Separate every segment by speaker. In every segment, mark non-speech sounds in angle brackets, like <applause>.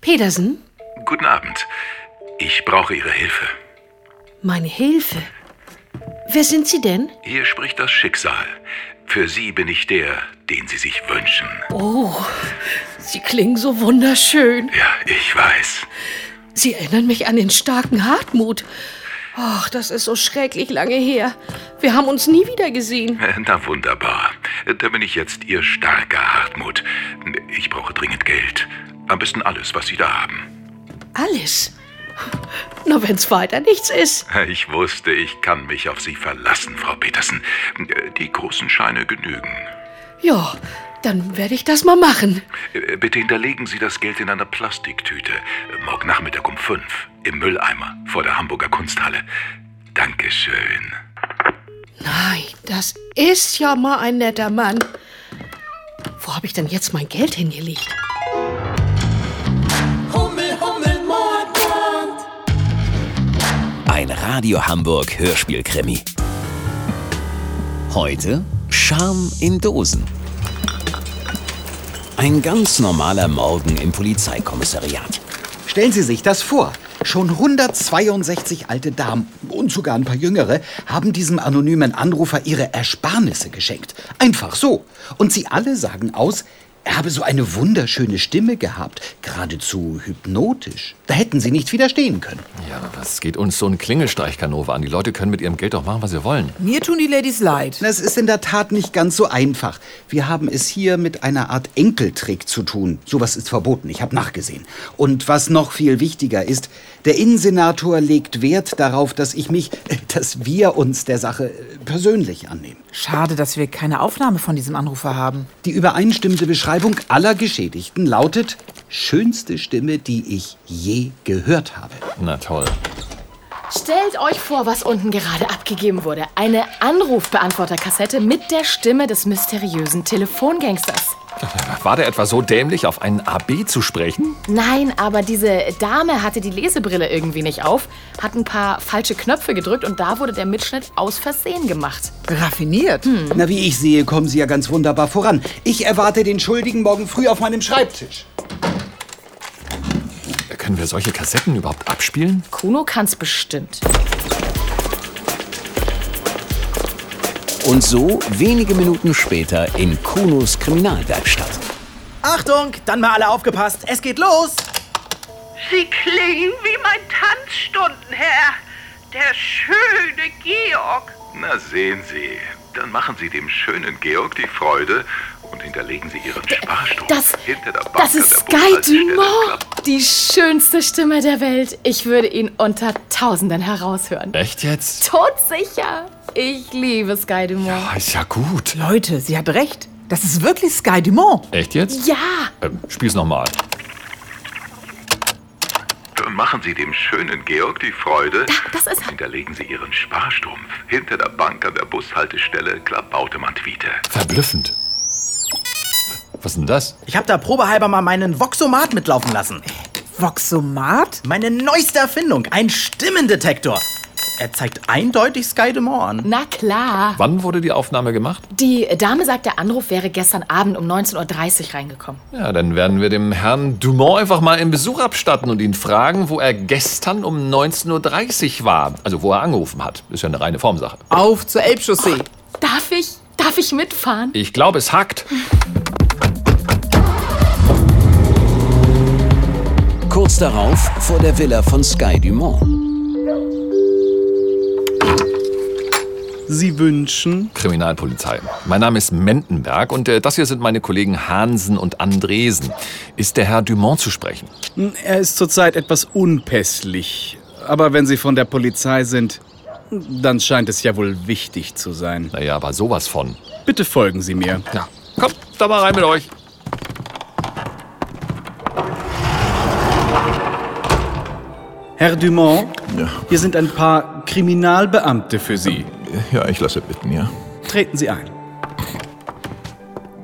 Speaker 1: Pedersen,
Speaker 2: Guten Abend. Ich brauche Ihre Hilfe.
Speaker 1: meine Hilfe. Wer sind Sie denn?
Speaker 2: Hier spricht das Schicksal. Für Sie bin ich der, den Sie sich wünschen.
Speaker 1: Oh, Sie klingen so wunderschön.
Speaker 2: Ja, ich weiß. <laughs>
Speaker 1: Sie erinnern mich an den starken Hartmut. Ach, das ist so schrecklich lange her. Wir haben uns nie wieder gesehen.
Speaker 2: Äh, Na wunderbar. Äh, Da bin ich jetzt Ihr starker Hartmut. Ich brauche dringend Geld. Am besten alles, was Sie da haben. <laughs>
Speaker 1: Alles. Na, wenn's weiter nichts ist.
Speaker 2: Äh, Ich wusste, ich kann mich auf Sie verlassen, Frau Petersen. Äh, Die großen Scheine genügen.
Speaker 1: Ja, dann werde ich das mal machen.
Speaker 2: Äh, Bitte hinterlegen Sie das Geld in einer Plastiktüte. Äh, Morgen Nachmittag um fünf. Im Mülleimer vor der Hamburger Kunsthalle. Dankeschön.
Speaker 1: Nein, das ist ja mal ein netter Mann. Wo habe ich denn jetzt mein Geld hingelegt?
Speaker 3: Hummel, Hummel, Mordbrand.
Speaker 4: Ein Radio Hamburg Hörspielkrimi. Heute Charme in Dosen. Ein ganz normaler Morgen im Polizeikommissariat.
Speaker 5: Stellen Sie sich das vor. Schon 162 alte Damen und sogar ein paar jüngere haben diesem anonymen Anrufer ihre Ersparnisse geschenkt. Einfach so. Und sie alle sagen aus, er habe so eine wunderschöne Stimme gehabt, geradezu hypnotisch. Da hätten sie nicht widerstehen können.
Speaker 6: Ja, was geht uns so ein Klingelstreichkanove an? Die Leute können mit ihrem Geld doch machen, was sie wollen.
Speaker 7: Mir tun die Ladies leid.
Speaker 5: Das ist in der Tat nicht ganz so einfach. Wir haben es hier mit einer Art Enkeltrick zu tun. Sowas ist verboten, ich habe nachgesehen. Und was noch viel wichtiger ist, der Innensenator legt Wert darauf, dass ich mich, äh, dass wir uns der Sache äh, persönlich annehmen.
Speaker 7: Schade, dass wir keine Aufnahme von diesem Anrufer haben.
Speaker 5: Die übereinstimmende Beschreibung aller Geschädigten lautet schönste Stimme, die ich je gehört habe.
Speaker 6: Na toll.
Speaker 8: Stellt euch vor, was unten gerade abgegeben wurde. Eine Anrufbeantworterkassette mit der Stimme des mysteriösen Telefongangsters.
Speaker 6: War der etwa so dämlich, auf einen AB zu sprechen?
Speaker 8: Nein, aber diese Dame hatte die Lesebrille irgendwie nicht auf, hat ein paar falsche Knöpfe gedrückt und da wurde der Mitschnitt aus Versehen gemacht.
Speaker 7: Raffiniert.
Speaker 9: Hm. Mhm.
Speaker 5: Na, wie ich sehe, kommen Sie ja ganz wunderbar voran. Ich erwarte den Schuldigen morgen früh auf meinem Schreibtisch.
Speaker 6: Können wir solche Kassetten überhaupt abspielen?
Speaker 8: Kuno kann's bestimmt.
Speaker 4: Und so wenige Minuten später in Kunos Kriminalwerkstatt.
Speaker 9: Achtung, dann mal alle aufgepasst. Es geht los.
Speaker 10: Sie klingen wie mein Tanzstundenherr, der schöne Georg.
Speaker 2: Na sehen Sie, dann machen Sie dem schönen Georg die Freude und hinterlegen Sie Ihren Sparstrom
Speaker 8: Äh, Das,
Speaker 2: hinter der Bank
Speaker 8: das
Speaker 2: an
Speaker 8: ist
Speaker 2: der
Speaker 8: Sky
Speaker 2: Bushaltestelle.
Speaker 8: Dumont, die schönste Stimme der Welt. Ich würde ihn unter Tausenden heraushören.
Speaker 6: Echt jetzt?
Speaker 8: Todsicher. Ich liebe Sky Dumont.
Speaker 6: Ah, ist ja gut.
Speaker 7: Leute, sie hat recht. Das ist wirklich Sky Dumont.
Speaker 6: Echt jetzt?
Speaker 8: Ja,
Speaker 6: Ähm, spiel's nochmal.
Speaker 2: Dann machen Sie dem schönen Georg die Freude
Speaker 8: das ist
Speaker 2: und hinterlegen Sie Ihren Sparstrumpf hinter der Bank an der Bushaltestelle Klabautemann-Twiete.
Speaker 6: Verblüffend. Was ist denn das?
Speaker 9: Ich habe da probehalber mal meinen Voxomat mitlaufen lassen.
Speaker 7: Voxomat?
Speaker 9: Meine neueste Erfindung, ein Stimmendetektor. Er zeigt eindeutig Sky Dumont an.
Speaker 8: na klar.
Speaker 6: Wann wurde die Aufnahme gemacht?
Speaker 8: Die Dame sagt, der Anruf wäre gestern Abend um 19.30 Uhr reingekommen.
Speaker 6: Ja, dann werden wir dem Herrn Dumont einfach mal einen Besuch abstatten und ihn fragen, wo er gestern um 19.30 Uhr war. Also wo er angerufen hat. Ist ja eine reine Formsache.
Speaker 7: Auf zur Elbchaussee.
Speaker 8: Darf ich? Darf ich mitfahren?
Speaker 6: Ich glaube, es hackt.
Speaker 4: Kurz darauf vor der Villa von Sky Dumont.
Speaker 9: Sie wünschen?
Speaker 6: Kriminalpolizei. Mein Name ist Mendenberg und äh, das hier sind meine Kollegen Hansen und Andresen. Ist der Herr Dumont zu sprechen?
Speaker 9: Er ist zurzeit etwas unpässlich. Aber wenn Sie von der Polizei sind, dann scheint es ja wohl wichtig zu sein.
Speaker 6: Naja, aber sowas von.
Speaker 9: Bitte folgen Sie mir.
Speaker 6: Ja. Kommt da mal rein mit euch.
Speaker 9: Herr Dumont, hier sind ein paar Kriminalbeamte für Sie.
Speaker 11: Ja, ich lasse bitten, ja.
Speaker 9: Treten Sie ein.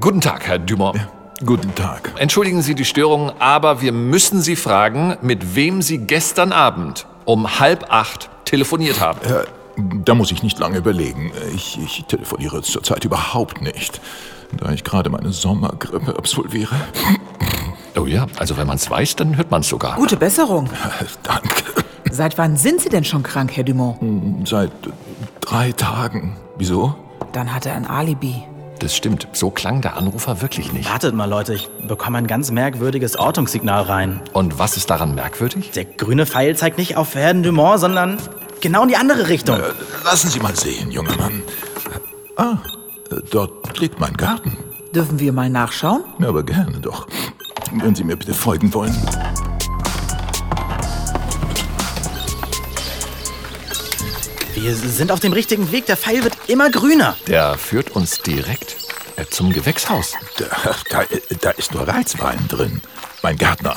Speaker 6: Guten Tag, Herr Dumont.
Speaker 11: Guten Tag.
Speaker 6: Entschuldigen Sie die Störung, aber wir müssen Sie fragen, mit wem Sie gestern Abend um halb acht telefoniert haben.
Speaker 11: Äh, da muss ich nicht lange überlegen. Ich, ich telefoniere
Speaker 2: <laughs>
Speaker 11: zurzeit überhaupt nicht, da ich gerade meine Sommergrippe absolviere.
Speaker 6: Oh ja, also wenn man es weiß, dann hört man es sogar.
Speaker 7: Gute Besserung. Danke. Seit wann sind Sie denn schon krank, Herr Dumont?
Speaker 9: Hm.
Speaker 2: Seit drei Tagen. Wieso?
Speaker 7: Dann hat er ein Alibi.
Speaker 6: Das stimmt, so klang der Anrufer wirklich nicht.
Speaker 4: Wartet mal, Leute, ich bekomme ein ganz merkwürdiges Ortungssignal rein.
Speaker 6: Und was ist daran merkwürdig?
Speaker 4: Der grüne Pfeil zeigt nicht auf Verden Dumont, sondern genau in die andere Richtung.
Speaker 2: lassen Sie mal sehen, junger Mann. Ah, äh, dort liegt mein Garten.
Speaker 7: Dürfen wir mal nachschauen?
Speaker 2: Ja, aber gerne doch. Wenn Sie mir bitte folgen wollen.
Speaker 4: Wir sind auf dem richtigen Weg, der Pfeil wird immer grüner.
Speaker 6: Der führt uns direkt äh, zum Gewächshaus.
Speaker 2: Da, da, da ist nur Reizwein drin. Mein Gärtner.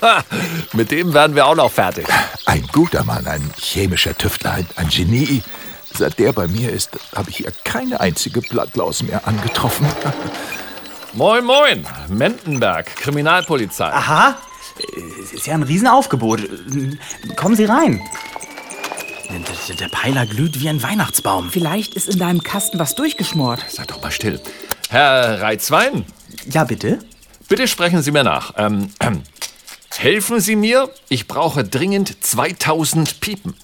Speaker 6: <laughs> Mit dem werden wir auch noch fertig.
Speaker 2: Ein guter Mann, ein chemischer Tüftler, ein, ein Genie. Seit der bei mir ist, habe ich hier keine einzige Blattlaus mehr angetroffen.
Speaker 6: Moin, moin. Mendenberg, Kriminalpolizei.
Speaker 4: Aha, es ist ja ein Riesenaufgebot. Kommen Sie rein. Der- Der Pfeiler glüht wie ein Weihnachtsbaum.
Speaker 7: Vielleicht ist in deinem Kasten was durchgeschmort.
Speaker 6: Seid doch mal still. Herr Reizwein,
Speaker 4: Ja, bitte?
Speaker 6: bitte sprechen Sie mir nach. Ähm, <clears throat> ähm, helfen Sie mir, ich brauche dringend 2000 Piepen.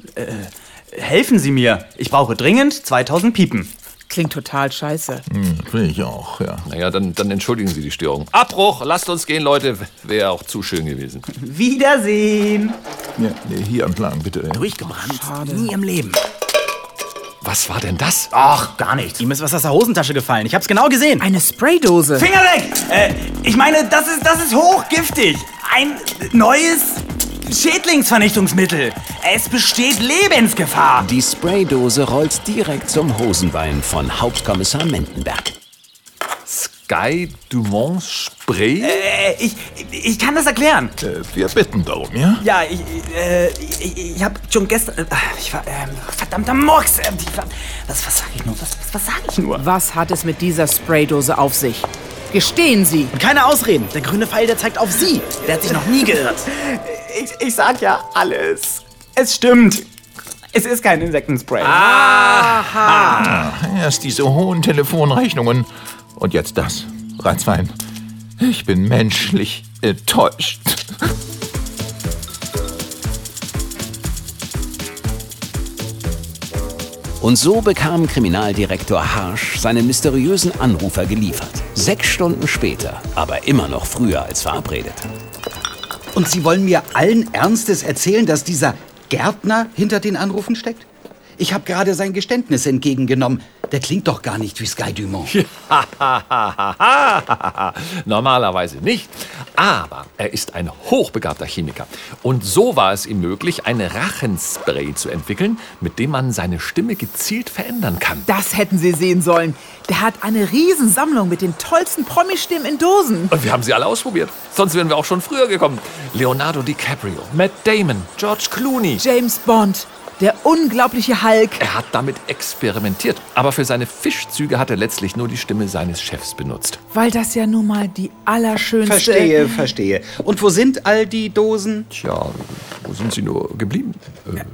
Speaker 4: Helfen Sie mir. Ich brauche dringend 2000 Piepen.
Speaker 7: Klingt total scheiße.
Speaker 2: <laughs>
Speaker 9: Hm.
Speaker 2: Will ich auch, ja.
Speaker 6: Naja, dann, dann entschuldigen Sie die Störung. Abbruch, lasst uns gehen, Leute. Wäre auch zu schön gewesen.
Speaker 4: Wiedersehen.
Speaker 2: ja nee, hier entlang, bitte. ja.
Speaker 4: Durchgebrannt. Nie im Leben.
Speaker 6: Was war denn das?
Speaker 4: Ach, gar nichts. Ihm ist was aus der Hosentasche gefallen. Ich hab's genau gesehen.
Speaker 7: Eine Spraydose.
Speaker 4: Finger weg! Äh, ich meine, das ist, das ist hochgiftig. Ein neues Schädlingsvernichtungsmittel. Es besteht Lebensgefahr.
Speaker 12: Die Spraydose rollt direkt zum Hosenbein von Hauptkommissar Mendenberg.
Speaker 6: Guy Dumont Spray?
Speaker 4: Äh, ich, ich kann das erklären.
Speaker 2: Äh, wir bitten darum, ja?
Speaker 4: Ja, ich, äh, ich, ich hab schon gestern... Äh, ich war, ähm, verdammter Murks. Äh, ich war, was, was sag ich nur? Was, was, was sag ich nur?
Speaker 7: Was hat es mit dieser Spraydose auf sich? Gestehen Sie.
Speaker 4: Keine Ausreden. Der grüne Pfeil, der zeigt auf Sie. Der hat sich noch nie geirrt. Ich, ich sag ja alles. Es stimmt. Es ist kein Insektenspray.
Speaker 2: Erst diese hohen Telefonrechnungen und jetzt das. Reizwein. Ich bin menschlich enttäuscht.
Speaker 12: Und so bekam Kriminaldirektor Harsch seinen mysteriösen Anrufer geliefert. Sechs Stunden später, aber immer noch früher als verabredet.
Speaker 5: Und Sie wollen mir allen Ernstes erzählen, dass dieser Gärtner hinter den Anrufen steckt? Ich habe gerade sein Geständnis entgegengenommen. Der klingt doch gar nicht wie Sky Dumont.
Speaker 4: <laughs>
Speaker 6: <laughs> Normalerweise nicht. Aber er ist ein hochbegabter Chemiker. Und so war es ihm möglich, ein Rachenspray zu entwickeln, mit dem man seine Stimme gezielt verändern kann.
Speaker 7: Das hätten Sie sehen sollen. Der hat eine Riesensammlung mit den tollsten Promistimmen in Dosen.
Speaker 6: Und wir haben sie alle ausprobiert. Sonst wären wir auch schon früher gekommen. Leonardo DiCaprio, Matt Damon, George Clooney.
Speaker 7: James Bond, der unglaubliche Hulk.
Speaker 6: Er hat damit experimentiert. Aber für seine Fischzüge hat er letztlich nur die Stimme seines Chefs benutzt.
Speaker 7: Weil das ja nun mal die allerschönste...
Speaker 5: Verstehe, verstehe. Und wo sind all die Dosen?
Speaker 6: Tja, wo sind sie nur geblieben?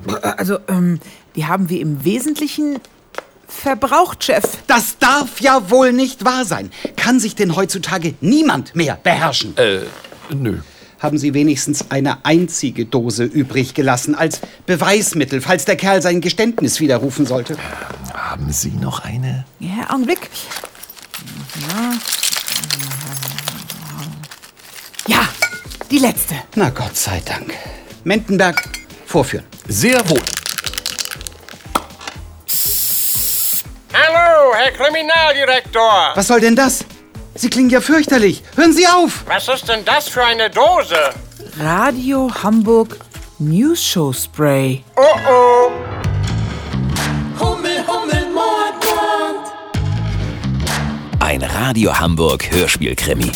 Speaker 6: Äh,
Speaker 7: Also, ähm, die haben wir im Wesentlichen verbraucht, Chef.
Speaker 5: Das darf ja wohl nicht wahr sein. Kann sich denn heutzutage niemand mehr beherrschen?
Speaker 4: Äh,
Speaker 6: nö.
Speaker 5: Haben Sie wenigstens eine einzige Dose übrig gelassen als Beweismittel, falls der Kerl sein Geständnis widerrufen sollte?
Speaker 6: Haben Sie noch eine?
Speaker 7: Ja, Augenblick. Ja. ja, die letzte.
Speaker 5: Na Gott sei Dank. Mendenberg, vorführen.
Speaker 6: Sehr wohl.
Speaker 10: Hallo, Herr Kriminaldirektor.
Speaker 5: Was soll denn das? Sie klingen ja fürchterlich. Hören Sie auf!
Speaker 10: Was ist denn das für eine Dose?
Speaker 7: Radio Hamburg News Show Spray.
Speaker 10: Hummel, Hummel, Mordbrand.
Speaker 12: Ein Radio Hamburg Hörspielkrimi.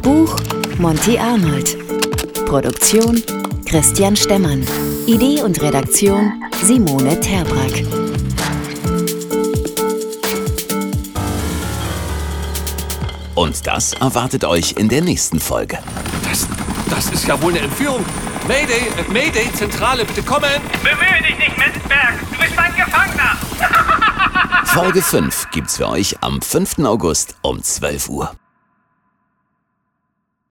Speaker 8: Buch Monty Arnold. Produktion Christian Stemmann. Idee und Redaktion Simone Terbrack.
Speaker 12: Und das erwartet euch in der nächsten Folge.
Speaker 6: Das, das ist ja wohl eine Entführung. Mayday, äh, Mayday, Zentrale, bitte kommen.
Speaker 13: Bemühe dich nicht, Mendenberg. Du bist mein Gefangener.
Speaker 4: Folge 5 gibt's für euch am 5. August um 12 Uhr.